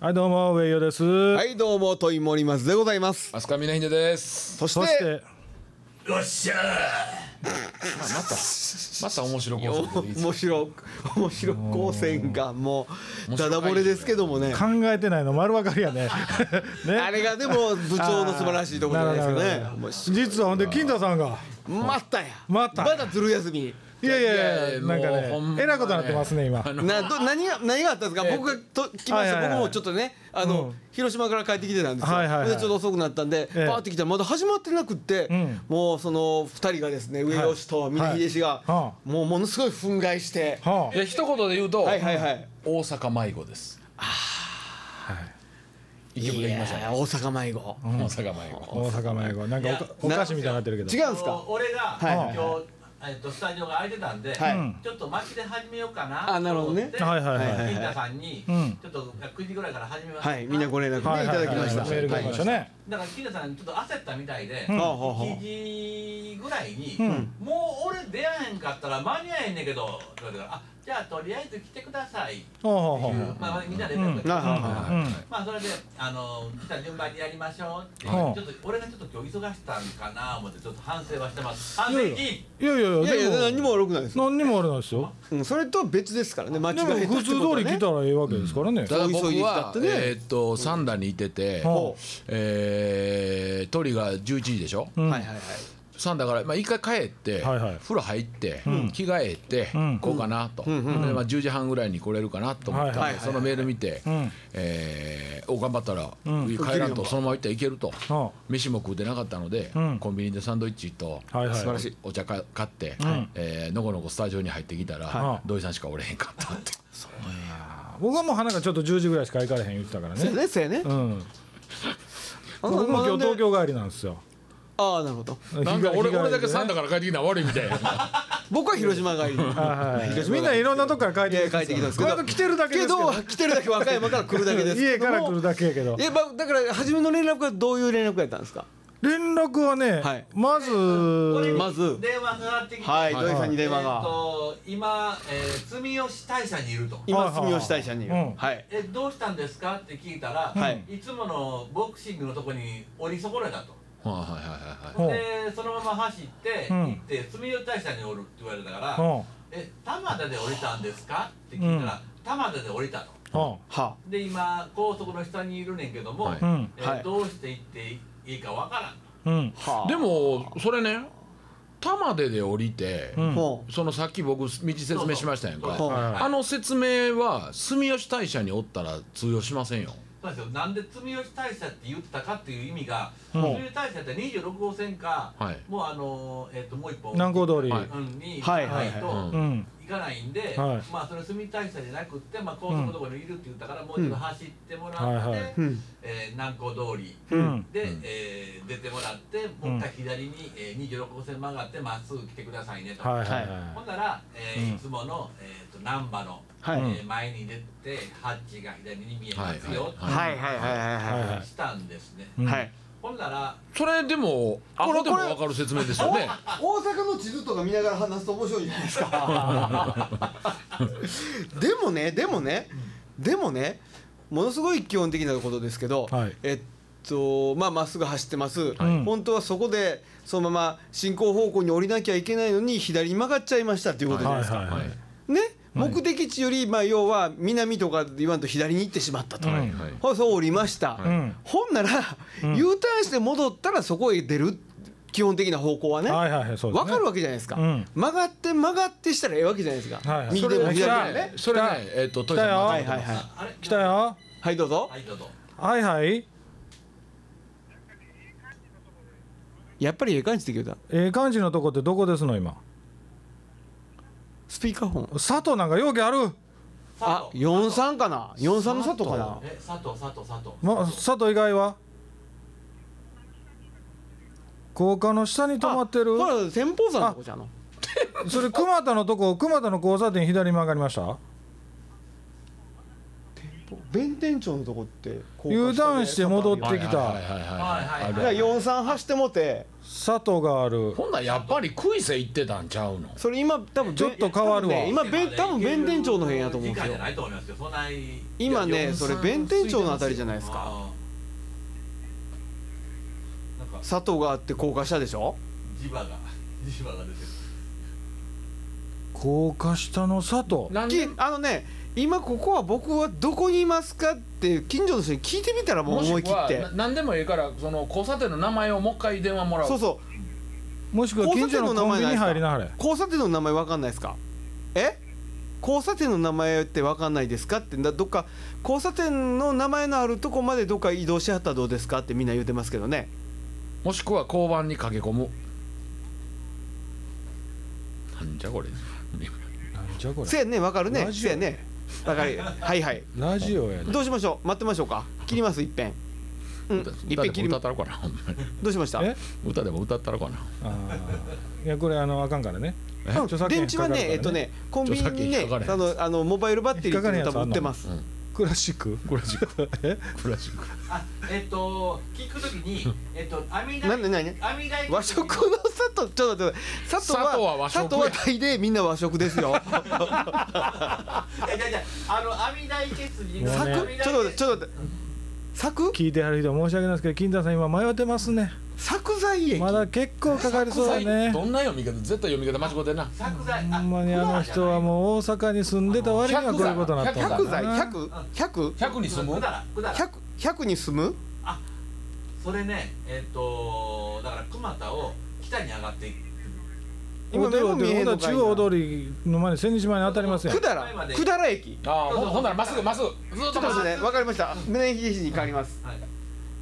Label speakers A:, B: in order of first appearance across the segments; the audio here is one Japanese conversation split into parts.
A: はいどうも上与です、
B: はいどうもといもりますでございます
C: 飛鳥みなひでです。
B: そして
A: そして
C: まあまた、また面白く
B: お面白く面白光線がもうダダ漏れですけどもね
A: 考えてないの丸わかりやねね
B: あれがでも部長の素晴らしいところじゃないですかねもうし
A: 実はほんで金太さんが
B: またや
A: また
B: またずる休み
A: いやいやい
C: い
A: や
C: や
A: なんか
C: もうほんま
A: ね
C: ね
A: えらいことになってますね今
B: など何が何があったんですか僕がと来ました
A: はいはいはい
B: 僕もちょっとねあ
A: う
B: の
A: ん
B: 広島から帰ってきてたんですよ
A: はいはいはい
B: でちょっと遅くなったんでパ
A: ええ
B: ーって来たらまだ始まってなくって
A: ん
B: もうその二人がですね上吉と峰秀氏が
A: いは
B: もうものすごい憤慨して
A: は
C: え、一言で言うと、
B: はいはいはい
C: 大阪迷子です。一曲できました
B: い
C: ね
B: やー大阪迷子
C: 大阪迷
A: あ
C: 子。
A: 大阪迷子なんかおかお菓子みたいになってるけど
B: 違うんですか
D: 俺が、
B: いはい
D: 今日、えっとスタジオが空いてたんで、
B: はい
D: ちょっと巻きで始めようかな
B: あなるほどね
D: と思
A: は
D: っ
A: い
D: て
A: はい
B: はいはい
D: 金田さんに、
A: うん
D: ちょっと9時ぐらいから始めます
B: はい、みんなご連絡
A: はい
B: ねい
A: はい
B: た
A: は
B: だきました。
A: メールが来ましたね
D: だから金田さんちょっと焦ったみたいで、
A: ん
B: ほうほうほう
D: 1時ぐらいに、もう俺出やへんかったら間に合えんねんけどって言われたからあじゃあとりあえず来てくださいっていう、
A: ほうほうほう
D: まあ、みんなで連絡が来て
B: うんはいはいはい
A: うん
D: まあそれであの来た順番にやりましょうって、
A: はい
D: ちょっと俺がちょっと今日忙したんかな思ってちょっと反省はしてます反省
A: いや
D: 金
A: いやいやい
B: いやい
A: や
B: や、
A: で
B: 何にも悪くないですよ。
A: 何にもあれないですよ
B: うんそれとは別ですからね、間違
A: でも
B: えた
A: 普
B: って
A: 通
B: こと
A: 通
B: は
A: り来
B: ね。
A: たらええわけですからね
C: ただ僕
B: 急いで行った
C: は
B: っ、てね
C: えーっと、三段にいてて
A: ほ
B: う、
C: えー、トリが11時でしょ
A: うん
B: はいはいはい。
C: 三段から、まあ、一回帰って、
A: はいはい
C: 風呂入って、着替えて、
A: うん
C: こうかなと、でまあ、10時半ぐらいに来れるかなと思ったんで、
A: はい
B: はい
C: そのメール見て、
A: うん
C: えーお頑張ったら、
A: ん
C: 帰らんとそのまま行ったらいけると、
A: あ
C: 飯も食うてなかったので、
A: うん
C: コンビニでサンドイッチと、
A: はいはい素晴ら
B: しい
C: お茶か買って、
A: ん
C: えーのこのこスタジオに入ってきたら、
A: は
C: 土井さんしかおれへんかっ たって。
A: 僕はもう花がちょっと10時ぐらいしか行かれへん言ってたから
B: そうや
A: ね
B: ね、そうやね
A: う。ん
B: あ
A: 僕も今日東。
B: なんで
A: 京帰りなんですよ
B: ああ、なるほど。
C: なんか
A: 日帰りで
C: 俺
A: ね
C: 俺だけ三段から帰ってきたら悪いみた いな
B: 僕は広島帰り。
A: はい、みんないろんなとこから帰って
B: いや帰ってきたんですけど
A: この間来てるだけで
B: け
A: すけど
B: ど、来てるだけ和歌山から来るだけですけ
A: 家
B: ど
A: か
B: も。
A: ら来るだけやけど
B: いや、まあ、だから、初めの連絡はどういう連絡やったんですか。
A: 連絡はね、
B: はい
A: まず、
D: 俺に
B: まず
D: 電話かかってきて、
B: はい、
D: え
B: 土井さんに電話
D: ー
B: が。
D: と今、えー、住吉大社にいると
B: 今、住吉大社にいる
A: うん。
B: はい。
D: えどうしたんですかって聞いたら、
B: はい
D: い、つものボクシングのとこに降り損ねたと
C: はいはいはいはい
A: ほう
D: でそのまま走って
A: うん
D: 行って住吉大社におるって言われたから、
A: うん
D: え玉田で降りたんですかって聞いたら、玉田で降りたと
A: うん
B: は
D: で今高速の下にいるねんけども、
C: はい
A: うん
D: え
B: はい
D: どうして行っていいかわからん
A: うん
B: あ。はあ。
C: で。もそれね玉出で降りて、
A: うん
B: もう。
C: そのさっき僕道説明しましたやんか
D: そうそう
B: はい
C: あの説明は住吉大社におったら通用しませんよ
D: そうですよなんで住吉大社って言ったかっていう意味が、
A: うん
D: 住吉大社って26号線か、
C: はい
D: もうあのえっ、ともう一本
A: 南光通り、
C: はい
D: うんに行か
B: はい
D: ない
B: はい
A: うん
D: と行かないんで、
A: はい
D: まあそれ住吉大社じゃなくってまあ高速道路にいるって言ったから、もう一度走ってもらって、
A: うんはいはい
B: うん。
D: えー南光通り
A: うん
D: で、
C: うん
D: えー出てもらってもう一回左に、えー、26号線曲がってまっすぐ来てくださいねと、
A: はいはい
B: はい
A: は
D: ほんなら、えー
A: うん
D: いつもの、えー、と難波の、
B: はい
D: えー前に出てハッチが左に見えますよって、
C: はい
B: はいはいはいはい
A: はい
B: は
A: はい
D: したんですね、
A: い
B: い。はい。
D: ほんなら
C: それでもアホでも分かる説明ですよね
B: 大阪の地図とか見ながら話すと面白いじゃないですか でもねでもねでもねものすごい基本的なことですけど、
A: はい
B: えっとまあまっすぐ走ってます、
A: い
B: 本当はそこでそのまま進行方向に降りなきゃいけないのに左に曲がっちゃいましたっていうことじゃないですか、
A: はいはいはい
B: ね目的地より、まあ、要は南とか言わんと左に行ってしまったと、
A: はい
C: はい
B: ほらそう降りました、
A: いうん
B: ほんなら、U ターンして戻ったらそこへ出る基本的な方向はね、
A: はいはいはいそうです
B: わ
A: ね
B: かるわけじゃないですか、
A: うん
B: 曲がって曲がってしたらええわけじゃないですか、
A: はいはい
B: 右でも左でもね
C: それねえっとトイさん
B: は
A: はいい
B: はいはい
D: あれ
A: 来たよ
B: はいどうぞ
D: はいどうぞ
A: はいはいえ
B: やっぱりええ感じできるだ
A: え感じのとこってどこですの今
B: スピーカーフォン
A: 佐藤なんか容器ある
B: あ
D: 佐藤
B: 43かな43の佐藤かな
D: え佐藤佐藤佐藤
A: ま
D: 佐藤
A: 佐藤以外は高架の下に止まってる
B: ほら天保山のとこじゃんの
A: それ熊田のとこ熊田の交差点左に曲がりました
B: 弁天町のとこって高架下で
A: U ターンして戻って
C: はい
A: き
C: はいはい
A: た
C: はいはい
D: はいはい
B: だ
D: は
C: あ
D: い
C: る
B: から
C: あ
B: 43
C: る
B: 走ってもて
A: 里がある
C: ほんならやっぱりクイズ行ってたんちゃうの
B: それ今多分
A: ちょっと変わるわ
B: いや多分ね今弁多分弁天町の辺やと思うんです
D: 時間
B: よ
D: じゃないと思いますけどそんなに
B: 今
C: いや
B: ねそれ
C: 43
B: 弁天町のあたりじゃないですか
D: あーなんか
B: 佐藤があって高架下でしょ
D: 磁場が磁場が出てる
A: 高架下の里
C: なん
B: き
C: で
B: あのね今ここは僕はどこにいますかって近所の人に聞いてみたらもう
C: もし
B: 思い
C: く
B: 切っ
C: は
B: て
C: な何でもいいからその交差点の名前をもう一回電話もらう
B: そうそう
A: もしくは近所のコンビニ入りなはれ
B: 交差点の名前わかんないですかえ交差点の名前ってわかんないですかってだどっか交差点の名前のあるとこまでどっか移動しはったらどうですかってみんな言うてますけどね
C: もしくは交番に駆け込むなんじゃこれ
A: なんじゃこれ
B: せやねわかるね
A: ラジオ
B: せやねわかるはいはい
A: ラジオやで
B: どうしましょう待ってましょうか切ります一遍うん一遍
C: 歌で
B: 切り
C: も歌
B: ま
C: ったろかなほんまに
B: どうしました
A: え
C: 歌でも歌ったろかない
A: やこれあのあかんからね
C: え
B: うん
A: 著作
B: 電
A: 権
B: 池
A: かか
B: は
A: るから
B: ね
A: ね
B: えっとねコンビニにね
C: 著作権引っかか
B: あ
C: ら
B: のあのモバイルバッテリーっていうの多分売ってます
C: うん
A: クラシック
C: クラシック
A: え
C: クラシック
D: あえっと聞くとき にえっと網
B: なんでなんで
D: 網台
B: 和食の佐藤ちょっと待って佐藤
C: 佐藤は
B: は
C: 和
B: 佐
C: 食や
B: 藤はタイでみんな和食です よ
D: いやいやいやあの網台決議
A: ごめん
B: サ
A: ね
B: クちょっと待ってちょっと待ってサク
A: 聞いてはる人は申し訳ないですけど金田さん今迷ってますね
B: 作剤液
A: まだ結構かかりそうだね
C: どんな読み方絶対読み方間違ってんな
D: 作
A: ほ
D: 材
A: んまにあの人はもう大阪に住んでた割にはこういうことになったんだ
B: 百剤
A: な
B: 百百
C: 100に住む
D: くだらくだら
B: 百百に住む
D: それねえっとだから熊田を北に上がっていく
B: 今目も見えへんのかい
A: 中
B: な
A: 央通りの前に千日前に当たりますやん
B: くだらくだら駅ち
C: ああほんほんならまっすぐまっすぐずっ
B: ょ
C: と
B: っと
C: まっす
B: 待
C: ぐ
B: ってねわかりました胸ひじひに変わります
D: はい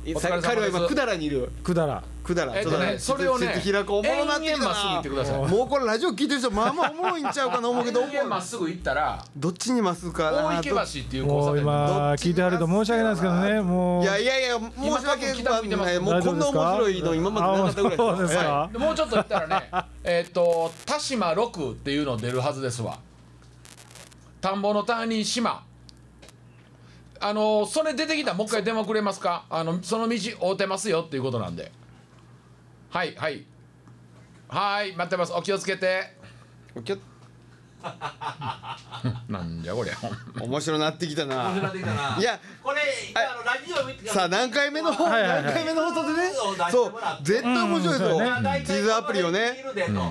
C: お疲れ様
B: 彼
C: です
B: は今くだらにいる
A: くだら
B: くだら
C: えっとねそれをね
B: 開こうおもろなってきた
C: 延々まっすぐ行ってくださ
B: ないもうこれラジオ聞いてる人まあまあおもろいんちゃうかな思うけ ど
C: 人間まっすぐ行ったら
B: どっちにまっすぐか
C: 大
B: な
C: 池橋っていう交
A: も
C: 差
A: う
C: 点
A: 今聞いてはると申し訳ないですけどねもう
B: いやいやいや申し訳ないもうこんな面白いの今までなかったぐらい
A: そうです
B: は
A: か
C: でもうちょっと行っ たらねえっと田島六っていうの出るはずですわ田んぼの谷に島あのそれ出てきたらもう一回電話くれますかあのその道追うてますよっていうことなんではいはいはい待ってますお気をつけて
B: いちょっ
C: なんじゃこりゃ
B: と面白なってきたな
D: 面白くなってきたない
B: や
D: これあのラジオ見て
B: さあ何回目の
D: はい
A: はいはい
B: 何回目の放送でねそう絶対面白いです
A: うんそう
B: よ
A: ね
B: 地図アプリをね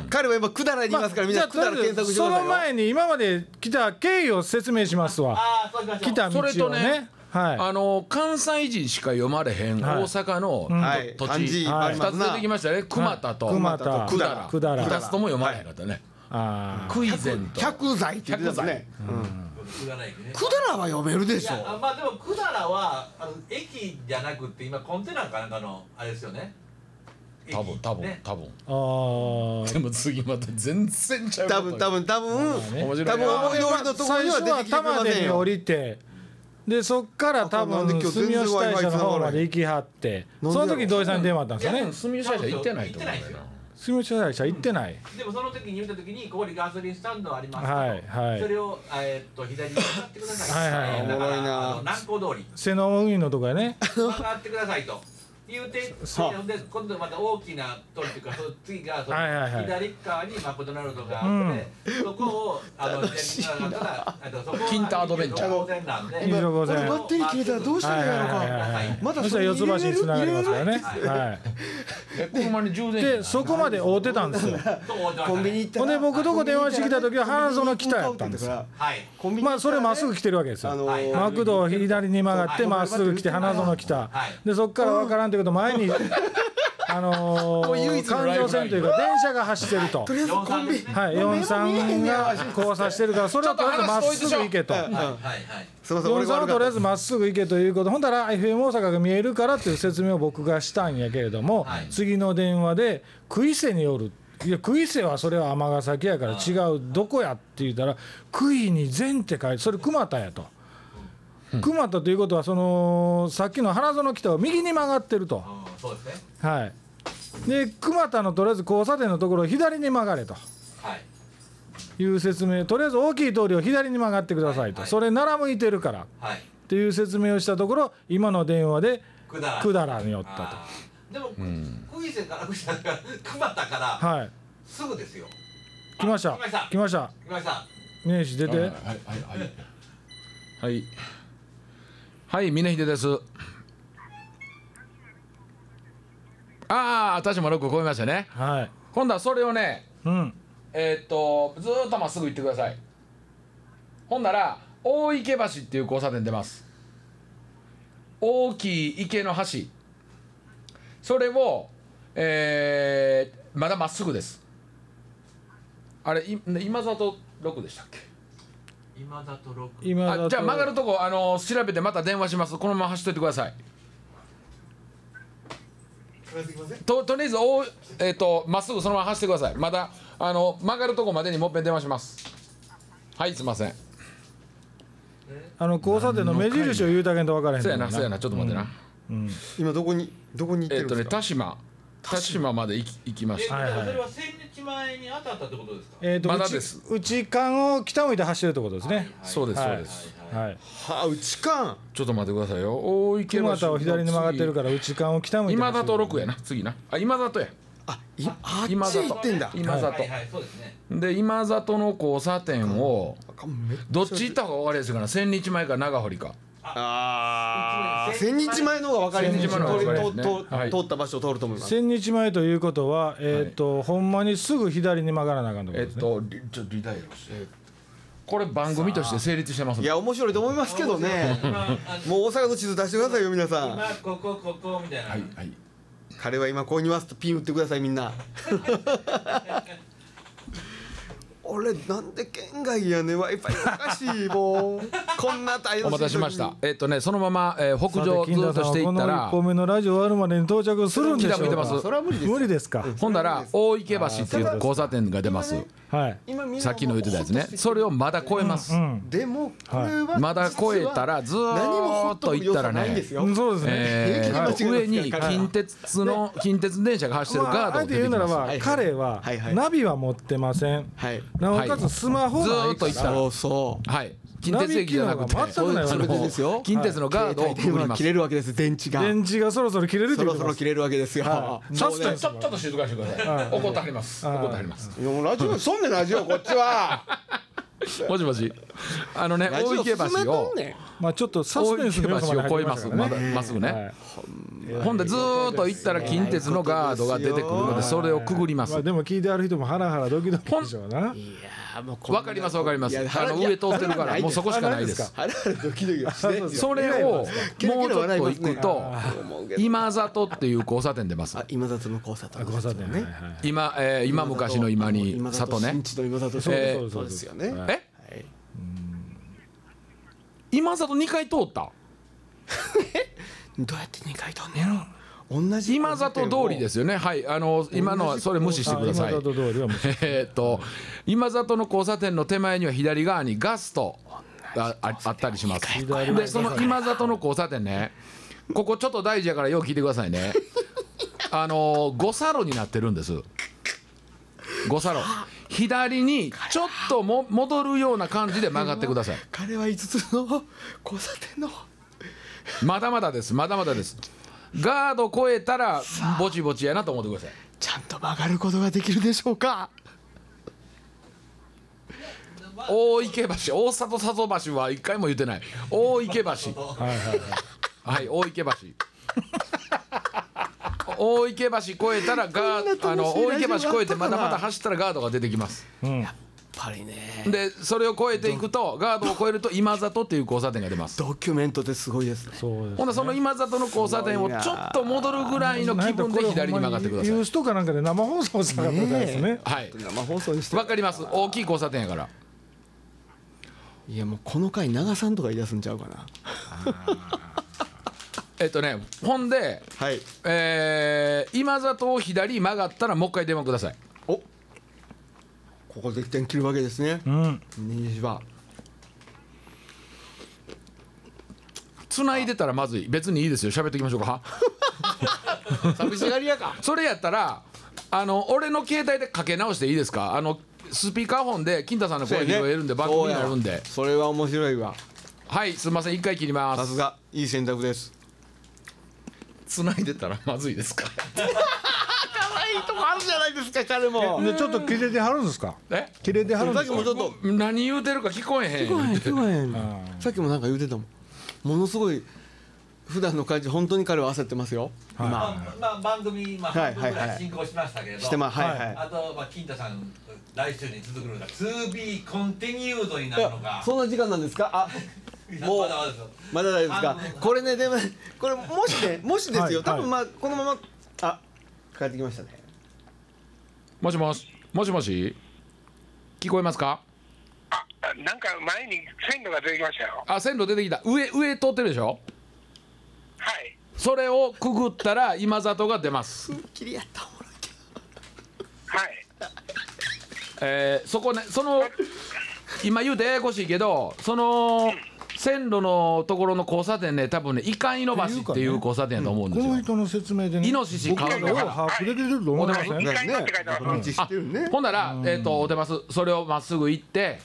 B: 彼は今くだらにいますからみん
A: じゃ
B: な
A: あ
B: くだら検索してくだ
A: その
B: さいよ
A: 前に今まで来た経緯を説明しますわ
D: ああそうしましょ
A: 来
D: う
A: た道を
C: それと
A: ね
C: ね
A: は
C: あの関西人しか読まれへん
A: はい
C: 大阪の
A: ん
B: はい
C: 土
B: 漢字
C: 地
B: ありま
C: 2
B: す
C: つ出
B: な
C: てきましたね熊田と
B: 田
A: 熊田
B: と百
C: 百
A: 百済
C: 2つとも読まれへんかったね
A: いあー
C: クイゼンと
B: 百罪って言ってたもんねうん
D: くだら駅ね
B: くだらは読めるで
D: い
B: し
D: やあ
B: ょ
D: まあでも百済はあの駅じゃなくて今コンテナかなんかのあれですよね駅
C: 多分多分
D: ね
C: 多分
A: あー
C: でも次また全然ちゃう
B: 多分多分多分
A: ね
C: 面白い
B: 多分思い通りのところ
A: 最
B: には
A: 初
B: 出
A: は
B: てきてくれ
A: 玉
B: ま
A: 出
B: せん
A: に
B: よ
A: 降りてでそっから多
B: あなんで
A: 分
B: 今日
A: 住
B: 全然
A: 吉大社の方
B: Wi-Fi
A: まで行きはって
B: なんでやろ
A: その時土井さんに電話あったんですよ
D: い
A: ね
D: や
C: 住吉大社行ってないと思う
D: 行ってないですよ
A: 住吉大社行ってない、
D: でもその時に言った時にここにガソリンスタンドありますけど
A: はいはい
D: それをえーっと左に曲がってください
A: はいはいはい
D: えーだか
B: お
D: ら
B: もろいな
D: あの南港通り
A: 瀬野海のとこやね
D: 曲がってくださいと言うて で
B: さあ
D: 今度また大きな通りというかその次がその
A: はいはいはい
D: 左側にマクドナルドがあってそこをあの左側からあとそこは
C: キンタアドベンチャー
D: 二十六号線な
B: これ
A: 今25線
D: んで
B: バッテリー切れたらどうしたらいいやろう
A: はいはい
B: か
A: はいはい
B: まだ
A: そしたら四つ橋につながりますからね、は
C: え車に充
A: い、
C: 電器な
A: で
C: い
A: そこまで会うてたんですよ
D: と思ってましたね
B: コンビニ行ったら
A: ほんで僕どこ電話してきた時は花園の北やったんですよ
D: はい
B: コンビニ
A: まあそれまっすぐ
B: 来
A: 来てるわけです
B: あ
A: よ
B: のー
A: マクドを左に曲がって
B: はい
A: まっすぐ来て花園来た
D: はい
A: でそっからわからんということ前にあの
C: もう唯
A: ー
C: 一の
A: 環
C: ライ
A: 状
C: フラ
A: 線
C: イン
A: というか電車が走ってると
B: とりあえずコンビニ
A: はい43が交差してるからそれをとりあえずまっすぐ行けと
B: うん
D: はいはい
B: すいません俺
A: 43
B: が
A: は
B: 悪かっ
A: とりあ
B: た
A: えずまっすぐ行けということほんだら FM 大阪が見えるからっていう説明を僕がしたんやけれども、
D: はい
A: 次の電話で「杭瀬による」いや杭瀬はそれは尼崎やから違うどこやって言ったら「杭に善」って書いてそれ熊田やと。熊田ということはそのさっきの花園北を右に曲がってると、
D: うんそうですね
A: はい、で熊田のとりあえず交差点のところを左に曲がれと
D: はい
A: いう説明とりあえず大きい通りを左に曲がってくださいと、
D: はいはい
A: それなら向いてるから
D: はい
A: っっていう説明をしたところ今の電話で
D: くだら
A: 百済に寄ったと
D: あーでも、クイズからクイズから熊田から、
A: はい
D: すぐですよ
A: 来ました
D: 来ました
A: 来ました
D: 来ました
A: 名刺出
C: はい
A: て
C: はいはいはいはい峰秀ですああ私も6超えましたね
A: はい
C: 今度はそれをね
A: うん
C: えーっとずーっとまっすぐ行ってくださいほんなら大池橋っていう交差点出ます大きい池の橋それを、えーまだまっすぐですあれい今里6でしたっけ
D: 今だと6
A: 今だと
C: あじゃあ曲がるとこあの調べてまた電話しますこのまま走っといてくださいととりあえずお、えー、とまっすぐそのまま走ってくださいまたあの曲がるとこまでにもう一遍電話しますはいすいません
A: あの交差点の目印を言うたけんと分からへん
C: そう
A: ね
C: や
A: ん
C: なそうやなちょっと待ってな、
B: 今どこにどこに行って
C: えっ、
B: るん
C: と
B: です
C: ね
B: か、
C: 田島田島まで行き行きま
D: え
C: し
D: そ
C: た
A: はいはい
D: れは千日前に当たったってことですか、
A: えーと
C: まだ
A: 内
C: です
A: 内間を北向いて走るってことですね
C: そうですそう
A: はい
C: です、
A: はい
B: はあ内間
C: ちょっと待ってくださいよ大池橋
A: 熊田を左に曲がってる
C: ら
A: から内間を北向いて
C: 今
A: 走る
C: 里6やな次なあ今里や
B: あいあ
C: 今
B: っち
C: 里
B: 行ってんだ
C: 今里、
D: はいはいそうですね
C: で今里の交差点を
B: あかんめっちゃ
C: どっち行った方が分かりやすいかな千日前か長堀か
B: あー千日前の方が分かりやすい
A: 千日前の方が分かりやすい
B: 通
C: ね
B: り通
C: はい
B: 通通った場所を通ると思います
A: 千日前ということはえっとほんまにすぐ左に曲がらなあかんとこ
C: え
A: と
C: っ
A: ですね
C: とリちょっとリダイヤルしてこれ番組として成立してます
B: いや面白いと思いますけどね
D: 今あ
B: もう大阪の地図出してくださいよ皆さん
D: 今ここここみたいな、
C: はいはい
B: 彼は今ここにいますとピン打ってくださいみんな 俺なんで県外やね w i f i おかしいもう こんな対応
C: お待たせしましたえっとねそのまま、えー北
A: さて
C: 上ず
A: 金
C: ー
A: 田さ
C: っ
A: ん
C: としてい
A: はこ
C: っ
A: の
C: たら
A: 1個目のラジオ終わるまでに到着するんでしょうか
C: 北向いてます
B: それは無理ですよ
A: 無理ですか
C: ほんだら大池橋っていう交差点が出ます
A: はい
B: 今みんな
C: さっきの言ってたやつねそれをまだ越えます、
A: うん
B: でもこれは
C: まだ越えたらずーっと行ったら
B: 何もほっとく要素ないんで
C: ね
B: すよ
A: うんそうですね
C: えー
A: 平
B: 気に間違
C: 上
B: えます
C: に
B: から
C: 近鉄の近鉄電車が走ってる
A: ま
C: ガ
A: あ
C: ード
A: あ
C: が
A: えて
C: 出
A: 言
C: て
A: う
C: き
A: なら
C: ます
A: ば
B: はいはい
A: 彼は
B: はいはい
A: ナビは持ってません
B: はい
A: なおかつスマホがないか
C: ずーっと行っ
A: ら
C: たら
B: そうそう
C: はい近鉄駅じゃなくて
A: ナビ機能が全くないわけ
C: あの
B: それでですよ
C: 近鉄のガード
B: 携
C: を
B: 帯
C: く
B: 電
C: ぐ
B: 話
C: りま
B: が切
C: す
B: れるわけです電池が
A: 電池がそろそろ切れる
B: そ
A: という
B: ろ
A: こ
B: そ
A: と
B: ろ
A: です
B: 切れるわけですよ
A: は
B: も
A: 確
B: う
A: か
B: ね
A: に
C: ちょっと静かにしてください怒ってはります怒ってはります
B: いやもうラジオそんねんラジオこっちは
C: もしもし。あのね、
B: ラジ
C: 大
B: オ進
C: 池
B: め
C: 橋
B: と
C: を
B: ん。ねん
A: まあちょっとサス
C: 大
A: ペンス
C: 池
A: の要素
C: 橋
A: まで
C: を越
A: 入
C: え
A: り
C: ま。
A: ますす
C: ま
A: から
C: だ
A: ね
C: まっすぐ
A: は
C: ね。
A: い
C: ほんでずーっと行ったら近鉄のガードが出てくるので、それをくぐります
A: まあ。でも聞いてある人もハラハラドキドキでしょうない
B: やもうこんな
C: わかりますわかりま
B: い
C: す。
B: や
C: あ
B: 腹
C: の
B: いや
C: 上通ってるか
B: 腹な
C: ら
B: い
C: もうそこしかないで
A: 腹
C: す。
B: あれあれドキドキはして
A: そう
C: それをもう
B: ケ
C: ち
B: ラケラ
C: ょっと
B: 笑いますね
C: 行くと
B: 思うけど
C: 今里っていう交差点出ます
B: あ。今里の交差点
A: 交差点ね
C: 今えー今昔の今に里ね
B: 新。地の今里
A: そう
C: えー
B: そう
A: そうそう
B: です
A: そう
B: よね
C: え？今里2回通った。
B: どうやって2回飛んねやろ同じ
C: 今里通りですすよね。はい。あの今のはそれ無視してください
A: あ。今里通りはもう
C: えーっと今里の交差点の手前には左側にガストがああったりしますでその今里の交差点ねここちょっと大事やからよう聞いてくださいねあのー五差路になってるんです五差路左にちょっとも戻るような感じで曲がってく ださい
B: 彼は5つの交差点の
C: まだまだですまだまだですガード越えたらぼちぼちやなと思ってください
B: ちゃんと曲がることができるでしょうか
C: 大池橋大里里橋は一回も言ってない大池橋はい大池橋大池橋越えたらガードあの大池橋越えてまたまた走ったらガードが出てきます
B: やっぱりね
C: でそれを越えていくとガードを越えると今里っていう交差点が出ます
B: ドキュメントってすごいですね
A: そうです
C: ほんなその今里の交差点をちょっと戻るぐらいの
A: な
C: 気
A: んか
C: 分
A: こ
C: で
A: れ
C: 左に曲がってく
A: ほんま
C: ださ
A: にユ
C: い
A: ースとかなんかで生放送したかったみたいですね
C: はい
B: 生放送にして
C: わかります大きい交差点やから
B: いやもうこの回長さんとか言い出すんちゃうかな
C: えっとねほんで
B: はい
C: えー今里を左に曲がったらもう一回電話ください
B: おここで一点切るわけですね
A: うん
B: 西は
C: 繋いでたらまずい別にいいですよ喋っていきましょうか
B: 寂しがり屋か
C: それやったらあの俺の携帯でかけ直していいですかあのスピーカーフォンで金太さんの声拾えるんで番組になるんで
B: それは面白いわ
C: はいすみません一回切りま
B: さ
C: す
B: すがいい選択です
C: 繋いでたらまずいですか
B: いいとこあるじゃないですか彼も
A: でちょっと切れてはるんですか
C: え
A: 切れてはるん
B: さ
A: で
B: っ
A: す
B: き
A: か
B: もちょっと
C: 何言うてるか聞こえへ
B: 聞
C: ん
B: こえへん聞こえへん
A: あ
B: さっきもなんか言うてたもんものすごい普段の感じ本当に彼は焦ってますよ
A: はい
B: 今
D: まあ、まあ、番組、まあ、
B: はい
D: 半分ぐ
B: はい
D: ら
B: はい
D: い進行しましたけれど。
B: してまはいはい
D: あと、まあ、金太さん、来週に続くのが、2 B コンティニュードにないる
B: や
D: のが。
B: そんな時間なんですかあ
D: いや
B: もう
D: まだまだですよ。
B: まだ大丈夫
D: あ
B: ですか
D: の
B: これねでもこれもしねもしですよ、
A: はいはい
B: 多分まあこのままあ帰ってきましたね
C: もしもしもしもし聞こえますか
E: あなんか前に線路が出てきましたよ。
C: あ線路出てきた上上通ってるでしょ
E: はい。
C: それをくぐったら今里が出ます、
B: きりやったおもろい
E: はい。
C: えーそこねその今言うてややこしいけどその線路のところの交差点ね多分ねいかんいの橋っていう交差点だと思うん
A: こ
C: ですよ、
A: の人の説明でね
C: イノシシ
A: 僕
C: 買
A: ら
E: う
A: の
E: のか
A: 把握できてると思いません
E: はい
B: だよね
E: 一回帰って帰ったわ
B: うん知ってるね
C: ほんなら、えー、とお出ますそれをまっすぐ行って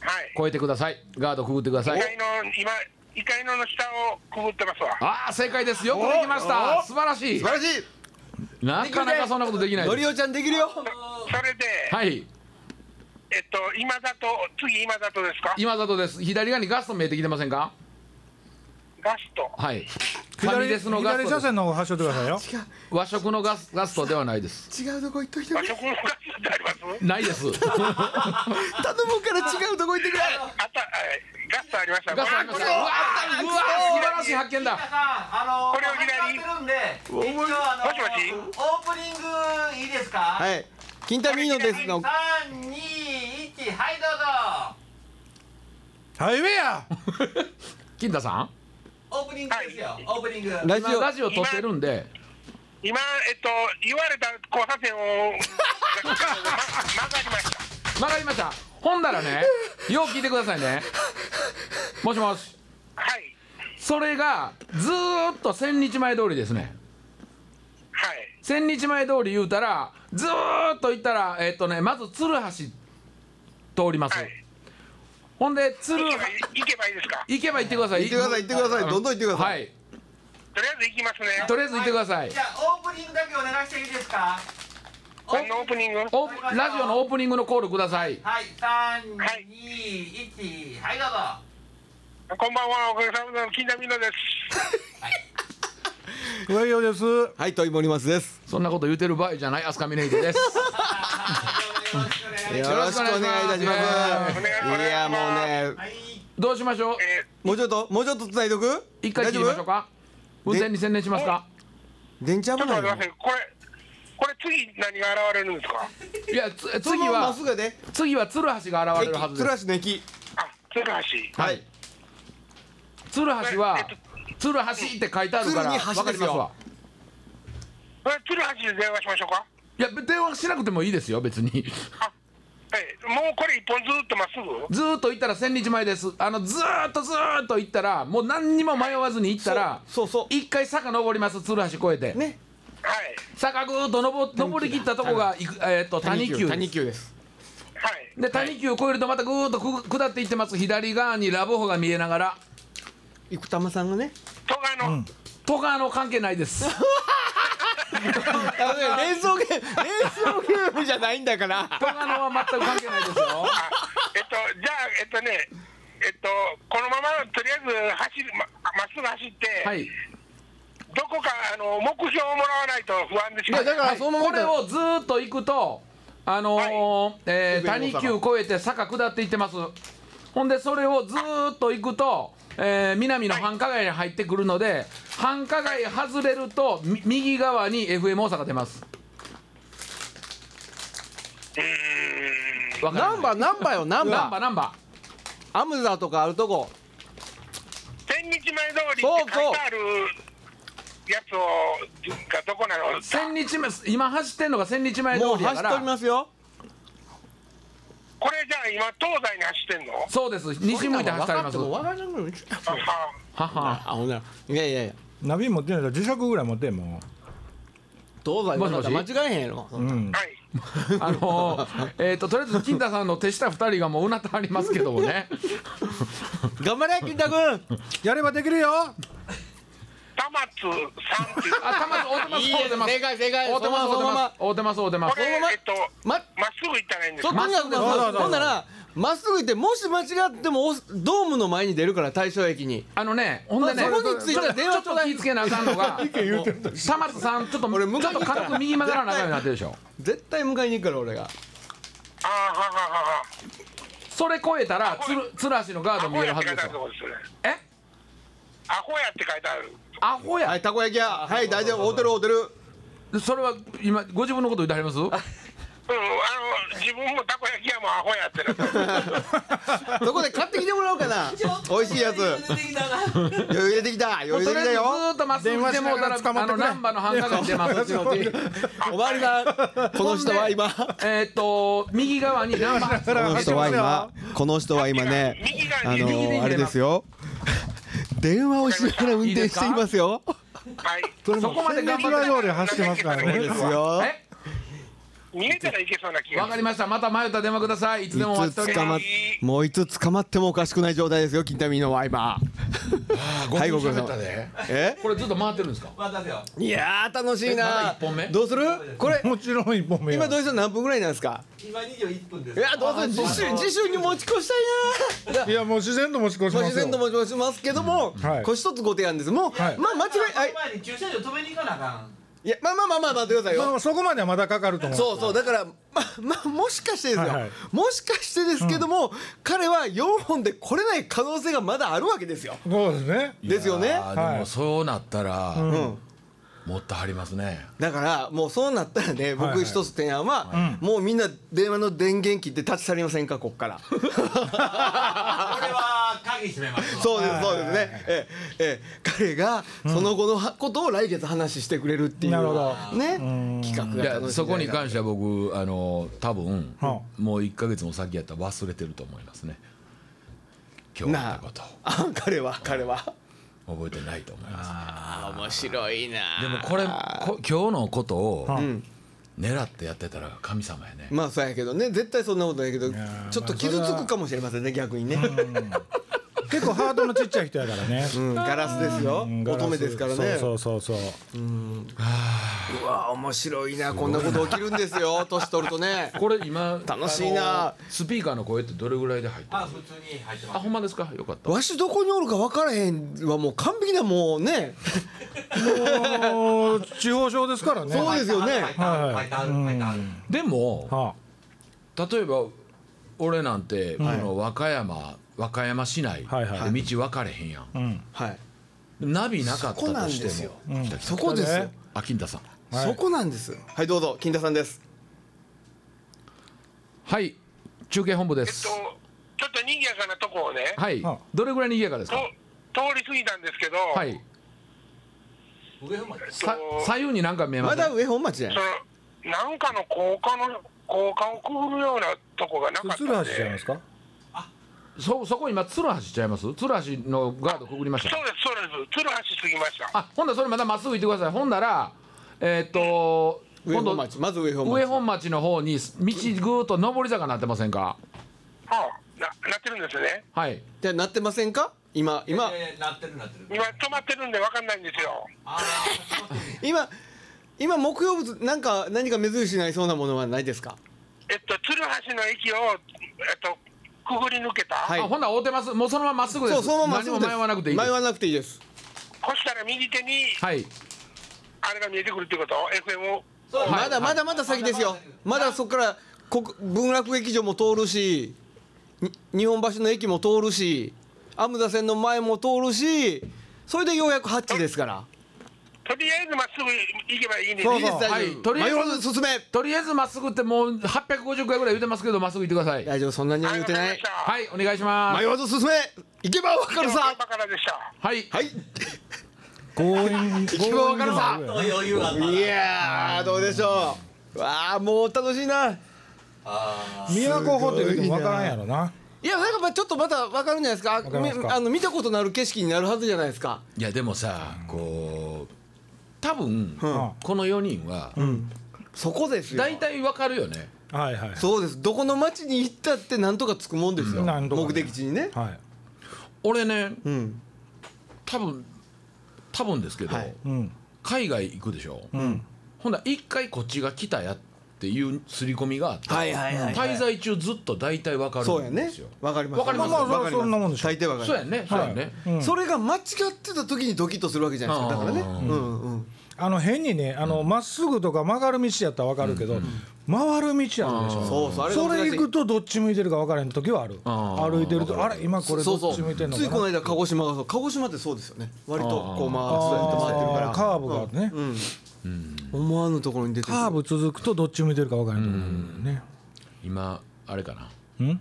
E: はい。
C: 越えてくださいガードくぐってくださ
E: 一
C: い
E: 階の今一階のの下をくぐってますわ。
C: ああ正解ですよくできました素晴らしい
B: 素晴らしい
C: なかなかそんなことできない
B: の
C: で
B: り
C: す
B: おちゃんできるよ
E: それで、
C: はい
E: えっと今里次今里ですか？
C: 今里です左側にガスト見えてきてませんか
E: ガスト。
C: はいファミ
A: 左
C: レスのガ
A: 左
C: スト
A: 車
C: です
A: 線の方走ってくださいよ
C: 和食のガスガストではないです
B: 違うとこ行っといてく
E: 和
B: れ
E: 食のガストってあります？
C: ないで す
B: 頼むから違うとこ行ってくれ
E: あった、はいガストありました。
C: ガストありましたうわあったうわ素晴らしい発見
D: 金
C: だ
D: 太さん、あの、
E: これを左
D: 始まってるんで、一応、あの、
E: もしもし
D: オープニングいいですか。。
B: はいい金田ミーノですの
D: 三、二、一、はい、ど
A: ハイウェア
C: 金田さん
D: うぞ。オープニングですよ。オープニング。
B: ラジ
C: 今
B: オ
C: ラジオ撮ってるんで
E: 今えっと言われた交差点をがま曲がりました。
C: 曲がりましたほんならねよう聞いてくださいねもしもし
E: はい
C: それがずーっと千日前通りですね
E: はい
C: 千日前通り言うたらずーっと行ったらえっ、とねまず鶴橋通ります、
E: はい
C: ほんで鶴
E: 行けばいい。行けばいいですか？
C: 行けば行ってください
B: 行ってください行ってくださいどんどん行ってください
C: はい
E: とりあえず行きますね。
C: とりあえず行ってください
D: じゃあ、オープニングだけお願いしていいですか。
E: 何のオープニング？
C: オープラジオのオープニングのコールください
D: はい、三、
E: はい
D: 二、一、はい、どうぞ。
E: こんばんは、おかげさまで金田美濃です。
A: 上用です
B: はい問い森松です
C: そんなこと言うてる場合じゃない飛鳥峰 秀です
D: よろしくお
B: よろしく
D: 願いします
B: お願いいたします
E: お願いします
B: いやもうね
D: はい。
C: どうしましょう
E: え
B: もうちょっともうちょっと繋いどく
C: 一回切りましょうか運転に専念しますか
B: 電池
E: ー、ちょ
B: 危
E: っと待
B: な
E: っ
B: い
E: て
B: よ
E: ください。これ、これ次何が現れるんですか。
C: いやつ
B: その
C: 次
B: ままま
C: は
B: っすぐで
C: 次は鶴橋が現れるはず
B: 駅
C: で
B: 倉
C: す
B: 橋の駅
E: あ、鶴橋。
C: はい鶴橋は
E: えっ
C: 鶴橋って書いてあるから
B: 鶴に橋ですよ
C: わかりますわ
E: これ鶴橋で電話しましょうか。
C: いや電話しなくてもいいですよ別に
E: あ、はい。もうこれ一本ずっとまっすぐ。
C: ずーっと行ったら千日前ですあのずーっとずーっと行ったらもう何にも迷わずに行ったら
B: そうそう
C: 一回坂登ります鶴橋越えて
B: ね
E: はい。
C: 坂ぐーっと登登り切ったとこがいくえーっと谷急です
B: 急です
E: はい。
C: で谷急を越えるとまたぐーっとくぐ下っていってます左側にラブホが見えながら
B: 生玉さんがね
E: 戸川の、
C: とかあの関係ないです
B: あのね連想ゲーム連想ゲームじゃないんだから
C: とかあのは全く関係ないですよ
E: あ、えっとじゃあえっとね、えっとこのままとりあえず走るままっすぐ走って、
C: はい
E: どこかあの目標をもらわないと不安です
B: いやだからそのまま
C: これをずーっと行くとあのーえー
B: 上に
C: 谷
B: 大阪
C: 急越えて坂下っていってますほんでそれをずーっと行くと、えー南の繁華街に入ってくるので繁華街外れるとみ右側に FM 大阪出ますわか
B: ナ
C: る
B: ンバーナンバーよナン
C: ナンバー
B: バー
C: ナンバ
B: アムザとかあるとこ
E: 千日前通りって書いてあるやつをがどこなの
C: ー千日前今走ってんのが千日前通
B: もう
C: りや
B: 走
C: か
B: ってお
C: ら
B: りますよ
E: これじゃあ今東西に走ってんの
C: そうです西向いて走ってあります
B: 分かっても分からなくなる
E: あ
C: はは
B: あほんならいやいやいや
A: ナビ持ってないから磁石ぐらい持っても
B: 東西
C: もしもし
B: また間違えへんやろ
A: う、うん、
E: はい
C: あのえっととりあえず金太さんの手下2人がもううなってはりますけども ね
B: 頑張れ金太君
A: やればできるよ
E: 田松さんっていう
C: あたまおてます
B: いい
C: お
B: です
C: てます
B: 正解正解
C: おてます
B: そのまま
C: おてますおてます
E: こ
C: おて
E: れ
C: ま
E: えっと
B: ま
E: まっすぐ行ったらいいんです
B: そう
E: か
B: とにかく
A: っすぐ
C: ま
B: まっす
A: そうそうそう
B: ぐほんならまっすぐ行ってもし間違ってもおドームの前に出るから大正駅に
C: すあのねほんでね
B: そこについては電話
C: ちょっと気ぃつけなあかんのがたまつさんちょっとち
B: 俺迎え
C: ょっ
B: に行
C: と
B: くから
C: 軽く右曲がらなあかんようになってるでしょ
B: 絶対迎えに行くから俺が
E: ああはははは
C: それ超えたらつるつる足のガー
E: ア
C: ド見
E: ホ
C: え
E: や
C: る
E: って
C: は
E: 書
C: ずです
E: いてあると
C: よ
E: こですよね
C: え
E: アホやって書いてある
C: アホ
B: は
C: や
B: いたこ焼き屋はい大丈夫合うてる合うてる
C: それは今ご自分のこと言ってはります
E: うんあの自分もたこ焼き屋もアホやってなって る
B: そこで買ってきてもらおうか な美味しいやつ
D: 出てきたな
B: 余裕出てきた余裕出
C: と
B: て
C: りあ
B: きた
C: えずず
B: よ
C: ーっとまっすぐ来てもうたら
A: 電話しながら捕まっ
C: あ
A: て
C: の
A: くれ
C: ナンバーの繁華街に出ます
B: おまわりさん この人は今
C: えーっと右側にナンバー
B: この人は今この人は今ね
E: 右が
B: あの
E: 右が
B: ー、あれですよ電話をしながら運転していますよ
E: はい
C: そこまで頑張って
A: 千日前通り走ってますから
E: そう
B: で
A: ね
B: すよ
C: え
E: 逃げたらいけそうな気が
C: わかりましたまた迷ったら電話くださいいつ
B: い
C: でもお待ちしてお
B: つ
C: り
B: 捕
C: ます
B: まっもういつ捕まってもおかしくない状態ですよ金田美のは今はいご苦労様え
C: これずっと回ってるんですか
D: またせよ
B: いやー楽しい
C: えまだ
B: な
C: 一本目
B: どうするこれ
A: もちろん一本目や
B: 今どうした何分ぐらいなんですか
D: 今21分で
B: い
D: す
B: やどうする次週次週に持ち越したいない
A: やもう自然と持ち越し
B: ご
A: ますよ
B: 自然と持ち越しますけども、
A: はい
B: これ一つご提案ですもう、
A: はい
B: まあ間違いはい
D: 前に駐車場止めに行かなあかん
B: いやまあまあまあまあ待ってくださいよ、
A: まあ、そこまではまだかかると思う
B: そうそうだからままあもしかしてですよ、
A: はいはい
B: もしかしてですけども、彼は4本で来れない可能性がまだあるわけですよ
A: そうですね
B: ですよね
C: あーでもそうなったら、
B: うん
C: もっとはりますね
B: だからもうそうなったらね
A: はいは
B: 僕
A: い
B: 一つ提案は、もうみんな電話の電源切って立ち去りませんかこっから
D: これは鍵閉めますわ
B: そうですそうですねええええ彼がその後のはことを来月話してくれるっていう
A: なるほど
B: ね企画
C: い
B: が
C: や
B: 楽しい
C: そこに
B: か
C: 関しては僕あの多分、
A: は
C: もう1か月も先やったら忘れてると思いますね今日あったこと
B: あ彼は彼は
C: 覚えてないと思いま
B: あ面白いな
C: すでもこれこ今日のことを
A: ん
C: 狙ってやってたら神様やね、
B: まあそうやけどね絶対そんなことないけど
A: やー
B: ちょっと傷つくかもしれませんね逆にね
A: 結構ハートのちっちゃい人やからね、
B: うんガラスですよ
A: うんガラス
B: 乙女ですからね
A: そうそうそうそう
B: うわ面白いなこんなこと起きるんですよ 年取るとね
C: これ今
B: 楽しいな
C: あのスピーカーの声ってどれぐらいで入ってる
D: あ普通に入って
C: あ
D: ま
C: ほんまですかよかった
B: わしどこにおるか分からへんはもう完璧なもう ね
A: もう地方症ですからね
B: そう
A: は
B: ですすよね
D: 入ってある入ってある入ってある
C: でも
A: あ
C: 例えば俺なんてこの和歌山、和歌山市内で
A: はいはい
C: 道分かれへんやん、
A: うん
B: はい
C: ナビなかった
B: そこなん
C: と
B: で
C: し
B: す
C: て
B: よ
C: も、
B: そこですよ
C: あ金田さん
A: はい
B: そこなんですはいどうぞ金田さんです
C: はい中継本部で
E: えっ
C: す
E: と、ちょっと賑やかなとこをね、
C: はい
A: あ
C: どれぐらいにぎやかです
E: と
C: か
E: 通り過ぎたんですけど、
C: はい
D: 上本町
C: さ左右になんか見えま
B: ますだ上本町じゃ
E: そ
B: ない
E: のなんかの高架の高架をくぐるようなとこがなかった
A: 鶴橋
E: んで、
A: じゃないですか
C: そそこ今鶴橋ちゃいます鶴橋のガードくぐりまし
E: そ
C: た
E: うですそうです、鶴橋過ぎました。
C: あほんならそれまたまっすぐ行ってくださいほんならえーっと
B: 上
C: 今
B: 本
C: 度
B: 町まず上本町
C: 上本町の方に道ぐーっと上り坂になってませんか
E: あななってるんですね。
C: はい
B: じゃなってませんか今今
D: えーなってるなってる
E: 今止まってるんでわかんないんですよ。
D: あー
B: 今今目標物なんか何か目印になりそうなものはないですか
E: えっと鶴橋の駅をえっとくぐり抜けた。
B: はい
C: あほんなら追うてますもうそのまままっすぐで
B: そ
C: す
B: うそのまま
C: 何も迷わなくていいです
B: 迷わなくていいです
E: こしたら右手に
C: はい
E: あれが見えてくるってこと。FM
D: そうだ
B: まだまだまだ先ですよ。まだそこから国文楽劇場も通るし、に日本橋の駅も通るし、アムダ線の前も通るし、それでようやくハッチですから。
E: とりあえずまっすぐ行けばいいんです
B: い
E: ね。
B: いです
C: は
B: 大
C: い
B: 丈夫。
C: とりあえ
B: 迷
C: ず
B: わず進め。
C: とりあえずまっすぐってもう850回ぐらい言うてますけどまっすぐ行ってください
B: 大丈夫そんなには言うてな
E: わか
B: い
E: りまし。た
C: はいお願いします
B: 迷わず進め。行けばわかるさ。
E: 現場からでした。
C: はい
B: はい。
A: 強引
B: 行けばわかるさ。
D: あと余裕があった
B: いやーどうでしょう。わあもう楽しいな。
D: あ
A: 都ホテルでもわからんやろない
B: やなんかまあちょっとまたわかるんじゃないですか。
A: かりますか
B: みあの見たことのある景色になるはずじゃないですか。
C: いやでもさこう多分、
A: ん
C: この4人は、
B: そこですよ
C: 大体わかるよね
A: はいはい
B: そうですどこの町に行ったってなんとかつくもんですよ、
A: うんなんとかね
B: 目的地にね、
A: はい
C: 俺ね
B: うん
C: 多分多分ですけど、
B: はい
A: うん
C: 海外行くでしょ、
A: うん
C: ほんなら一回こっちが来たやっていう刷り込みがあって、
B: はいはいはい、はい、
C: 滞在中ずっと大体わか
B: そう
C: る
B: や
C: んで
B: ね
C: すよ
B: わかります
C: わかります
A: まあま
B: わ
A: あ
B: かりす
A: そんなもんでしょ
B: 大抵わかり
C: そう
B: ま
C: や
B: す
C: んねそうやんね、
A: うん
B: それが間違ってた時にドキッとするわけじゃないですかだからね
C: う
B: うんうん
A: あの変にねあのまっすぐとか曲がる道やったら分かるけど、回る道やるでしょ
B: そうそうあれが
A: そ
B: 難し
A: れ
B: い
A: 行くとどっち向いてるか分からへん時はある
C: あー
A: 歩いてるとあれ今これど
B: そうそう
A: っち向いてんの
B: つい
A: か
B: この
A: な
B: 間鹿児島がそう鹿児島ってそうですよね割とこう回って回ってるか
A: あ
B: ら
A: ーカーブがね、
B: うん思わぬところに出てくる
A: カーブ続くとどっち向いてるか分からへんとこなんだよね
C: 今あれかな
A: うん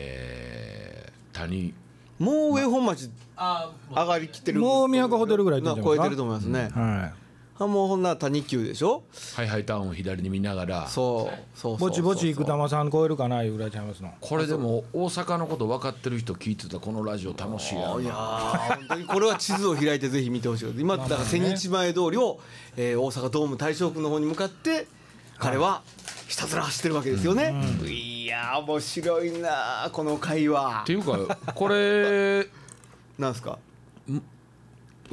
C: えー、谷
B: もう上本町
D: あ
B: 上がりきってる
A: もう都ホテルぐらい行
B: な
A: ってんじゃ
B: 超
A: な
B: えて
A: いですか
B: ると思いますね
A: は
B: あもうほんなら谷急でしょ
C: ハイハイタウンを左に見ながら
B: そうそうそうそう
A: い、ぼちぼち行く玉さん超えるかないうぐらいちゃいますの
C: これでも大阪のこと分かってる人聞いてたらこのラジオ楽しいや
B: あ
C: ろ
B: ーいや
C: な
B: ー本当にこれは地図を開いてぜひ見てほしいです今だから千日前通りを、えー大阪ドーム大正区の方に向かって彼はひたすら走ってるわけですよね、いやー面白いなーこの会話
C: っていうかこれ
B: なんですか
C: 分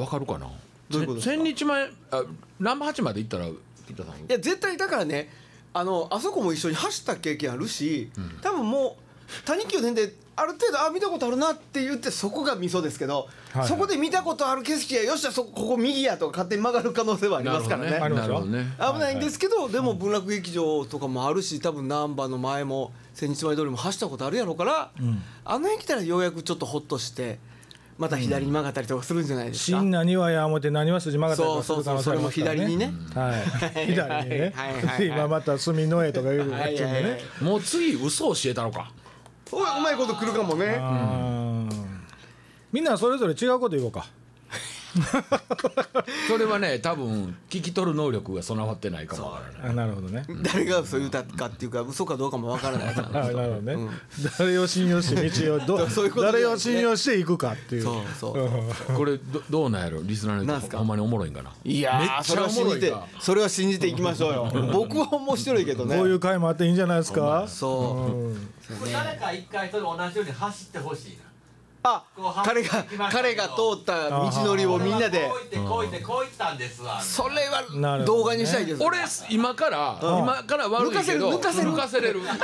C: かるかな
B: どういうことですか
C: 千日前あ難波八まで行ったらピッタさん
B: いや絶対だからねあのあそこも一緒に走った経験あるし、多分もう谷急伝である程度あ見たことあるなって言ってそこがミソですけど、
A: はいはい
B: そこで見たことある景色やよっしゃそこここ右やとか勝手に曲がる可能性はありますからね
A: ありま
C: な
A: す
C: る
A: よ
C: ほどね
B: 危ないんですけど、でも文楽劇場とかもあるし多分難波の前も千日前通りも走ったことあるやろうから、あの辺来たらようやくちょっとほっとしてまた左に曲がったりとかするんじゃないですか、
A: 新何はやもて何は筋曲がったりとかす
B: そう
A: る
B: そ
A: 可
B: うそ
A: 能
B: う
A: 性
B: そ
A: あ
B: れ
A: り
B: も
A: ますから
B: 左
A: ね
B: にね、
A: はい、左にね
B: はいはいはいは。い
A: 今また隅の絵とかいうのがあっちゃうんでね。
C: もう次嘘を教えたのか
B: おいうまいことくるかもね
A: あーみんなそれぞれ違うこと言おうか。
C: それはね多分聞き取る能力が備わってないかもわからない
A: あなるほどね。
B: 誰が嘘言うたかっていうか嘘かどうかもわからないから
A: あなるほどね。誰を信用して道を ど
B: そういうこと
A: 誰を信用していくかっていう。
B: そうそう
C: これどどうなんやろリスナーの
B: なん
C: 人
B: すか
C: ほんまにおもろいんかない
B: や
C: めっ
B: ーそ
C: ち
B: れ
C: ゃ
B: は
C: おも
B: 信
C: ろ
B: じ
C: い
B: て
C: か
B: それは信じていきましょうよ僕は面白いけどね
A: こういう回もあっていいんじゃないですか。
B: そううん
D: これ誰か一回それ同じように走ってほしいな
B: あ
D: こう走っ
B: 彼
D: てきま
B: が
D: した
B: 彼
D: よ
B: が通った道のりをみんなで
D: こう言ってこう言ってこう言ったんですわ
B: それ
A: なるほど
B: は
A: ね
B: 動画にしたいです
C: 俺今から今から悪いけど
B: 抜かせる抜
C: 抜かせれる
D: じゃあ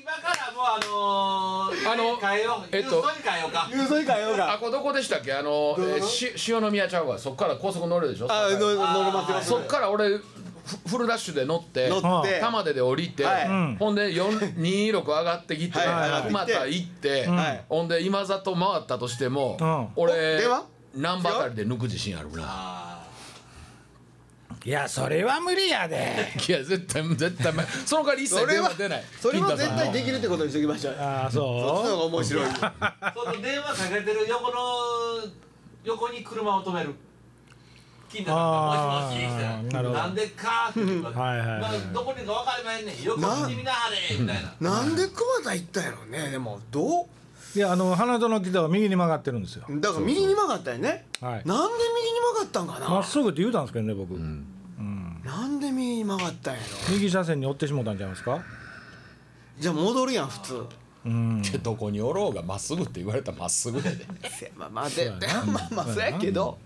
D: 今からもうあのー、
C: あの
D: 変えよう
C: えっと
D: ユーストに変えようか
B: 言うそれかよう
C: あ
B: が
C: これどこでしたっけあの、えーし塩宮ちゃうわそっから高速乗るでしょ
B: あの乗れます
C: そ
B: よ
C: っから俺フフルダッシュで乗って
B: 乗って
C: 玉手で降りて、
B: はい
A: うん
C: ほんで4 26上がってきて、
B: はいはいはい
C: また行って、
B: はい
C: ほんで今里回ったとしても、
A: うん
C: 俺
B: お電話
C: ナンバーあたりで抜く自信あるな。
D: あ
A: いやそれは無理やで。
C: いや絶対絶対まその代わり一切
B: それ
C: 電
B: は
C: 話出ない
B: それは
C: 金田
B: 絶
C: さん
B: 対できるってことにしときましょうそっ
A: ああ
B: ちの方
A: そ
B: が面白い
D: ーその電話かけてる横の横に車を止める金田さんが
A: あー
D: もしもしって
A: なるほど
D: なんでかって言うから
A: はいはいはい
D: まあどこにか分かりまへんねんよく見てみなはれみたいな
B: なんで熊田行ったんやろうねでもどう
A: う。いやあの花園北は右に曲がってるんですよ。
B: だから右に曲がったよね
A: はい。
B: なんで右に曲がったんかな
A: まっすぐって言うたんですけどね僕。
B: なんで右に曲がったんやろ
A: 右車線に追ってしもうたんちゃいますか。
B: じゃあ戻るやん普通
A: うん。
C: いやどこにおろうがまっすぐって言われたらまっすぐやで
B: せまあまあで まあまあそやけど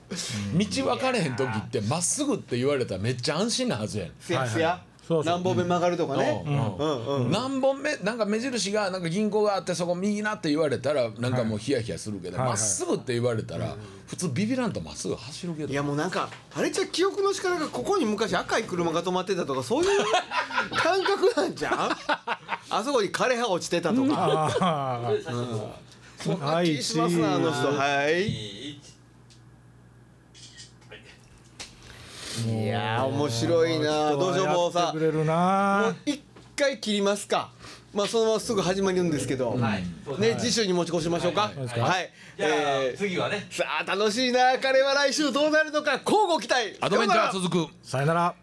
C: 道分かれへん時ってまっすぐって言われたらめっちゃ安心なはずやねん
B: せやせや
A: そうそう
B: 何本目曲がるとかね
C: うん
B: うんうん
C: 何本目なんか目印がなんか銀行があってそこ右なって言われたらなんかもうヒヤヒヤするけど
A: は
C: ま、
A: いはい
C: っすぐって言われたら普通ビビらんとまっすぐ走るけど
B: いやもうなんかあれじゃ記憶の仕方がここに昔赤い車が止まってたとかそういう感覚なんじゃんあそこに枯葉落ちてたと か
A: ああ。
D: 最初の
B: そんな気しますなあの人はい
D: いい
B: いやー面白いなどうしようもう
A: やっ
B: さ
A: てくれるな
B: もう一回切りますかまあそのまますぐ始まるんですけど
D: はい
B: ね
D: そうです
B: 次週に持ち越しましょうか
D: はい
A: はい
B: はい
D: じゃあ、
B: えー
D: 次はね
B: さあ楽しいな彼は来週どうなるのか交互期待
C: アドベンチャー続く
A: さよなら。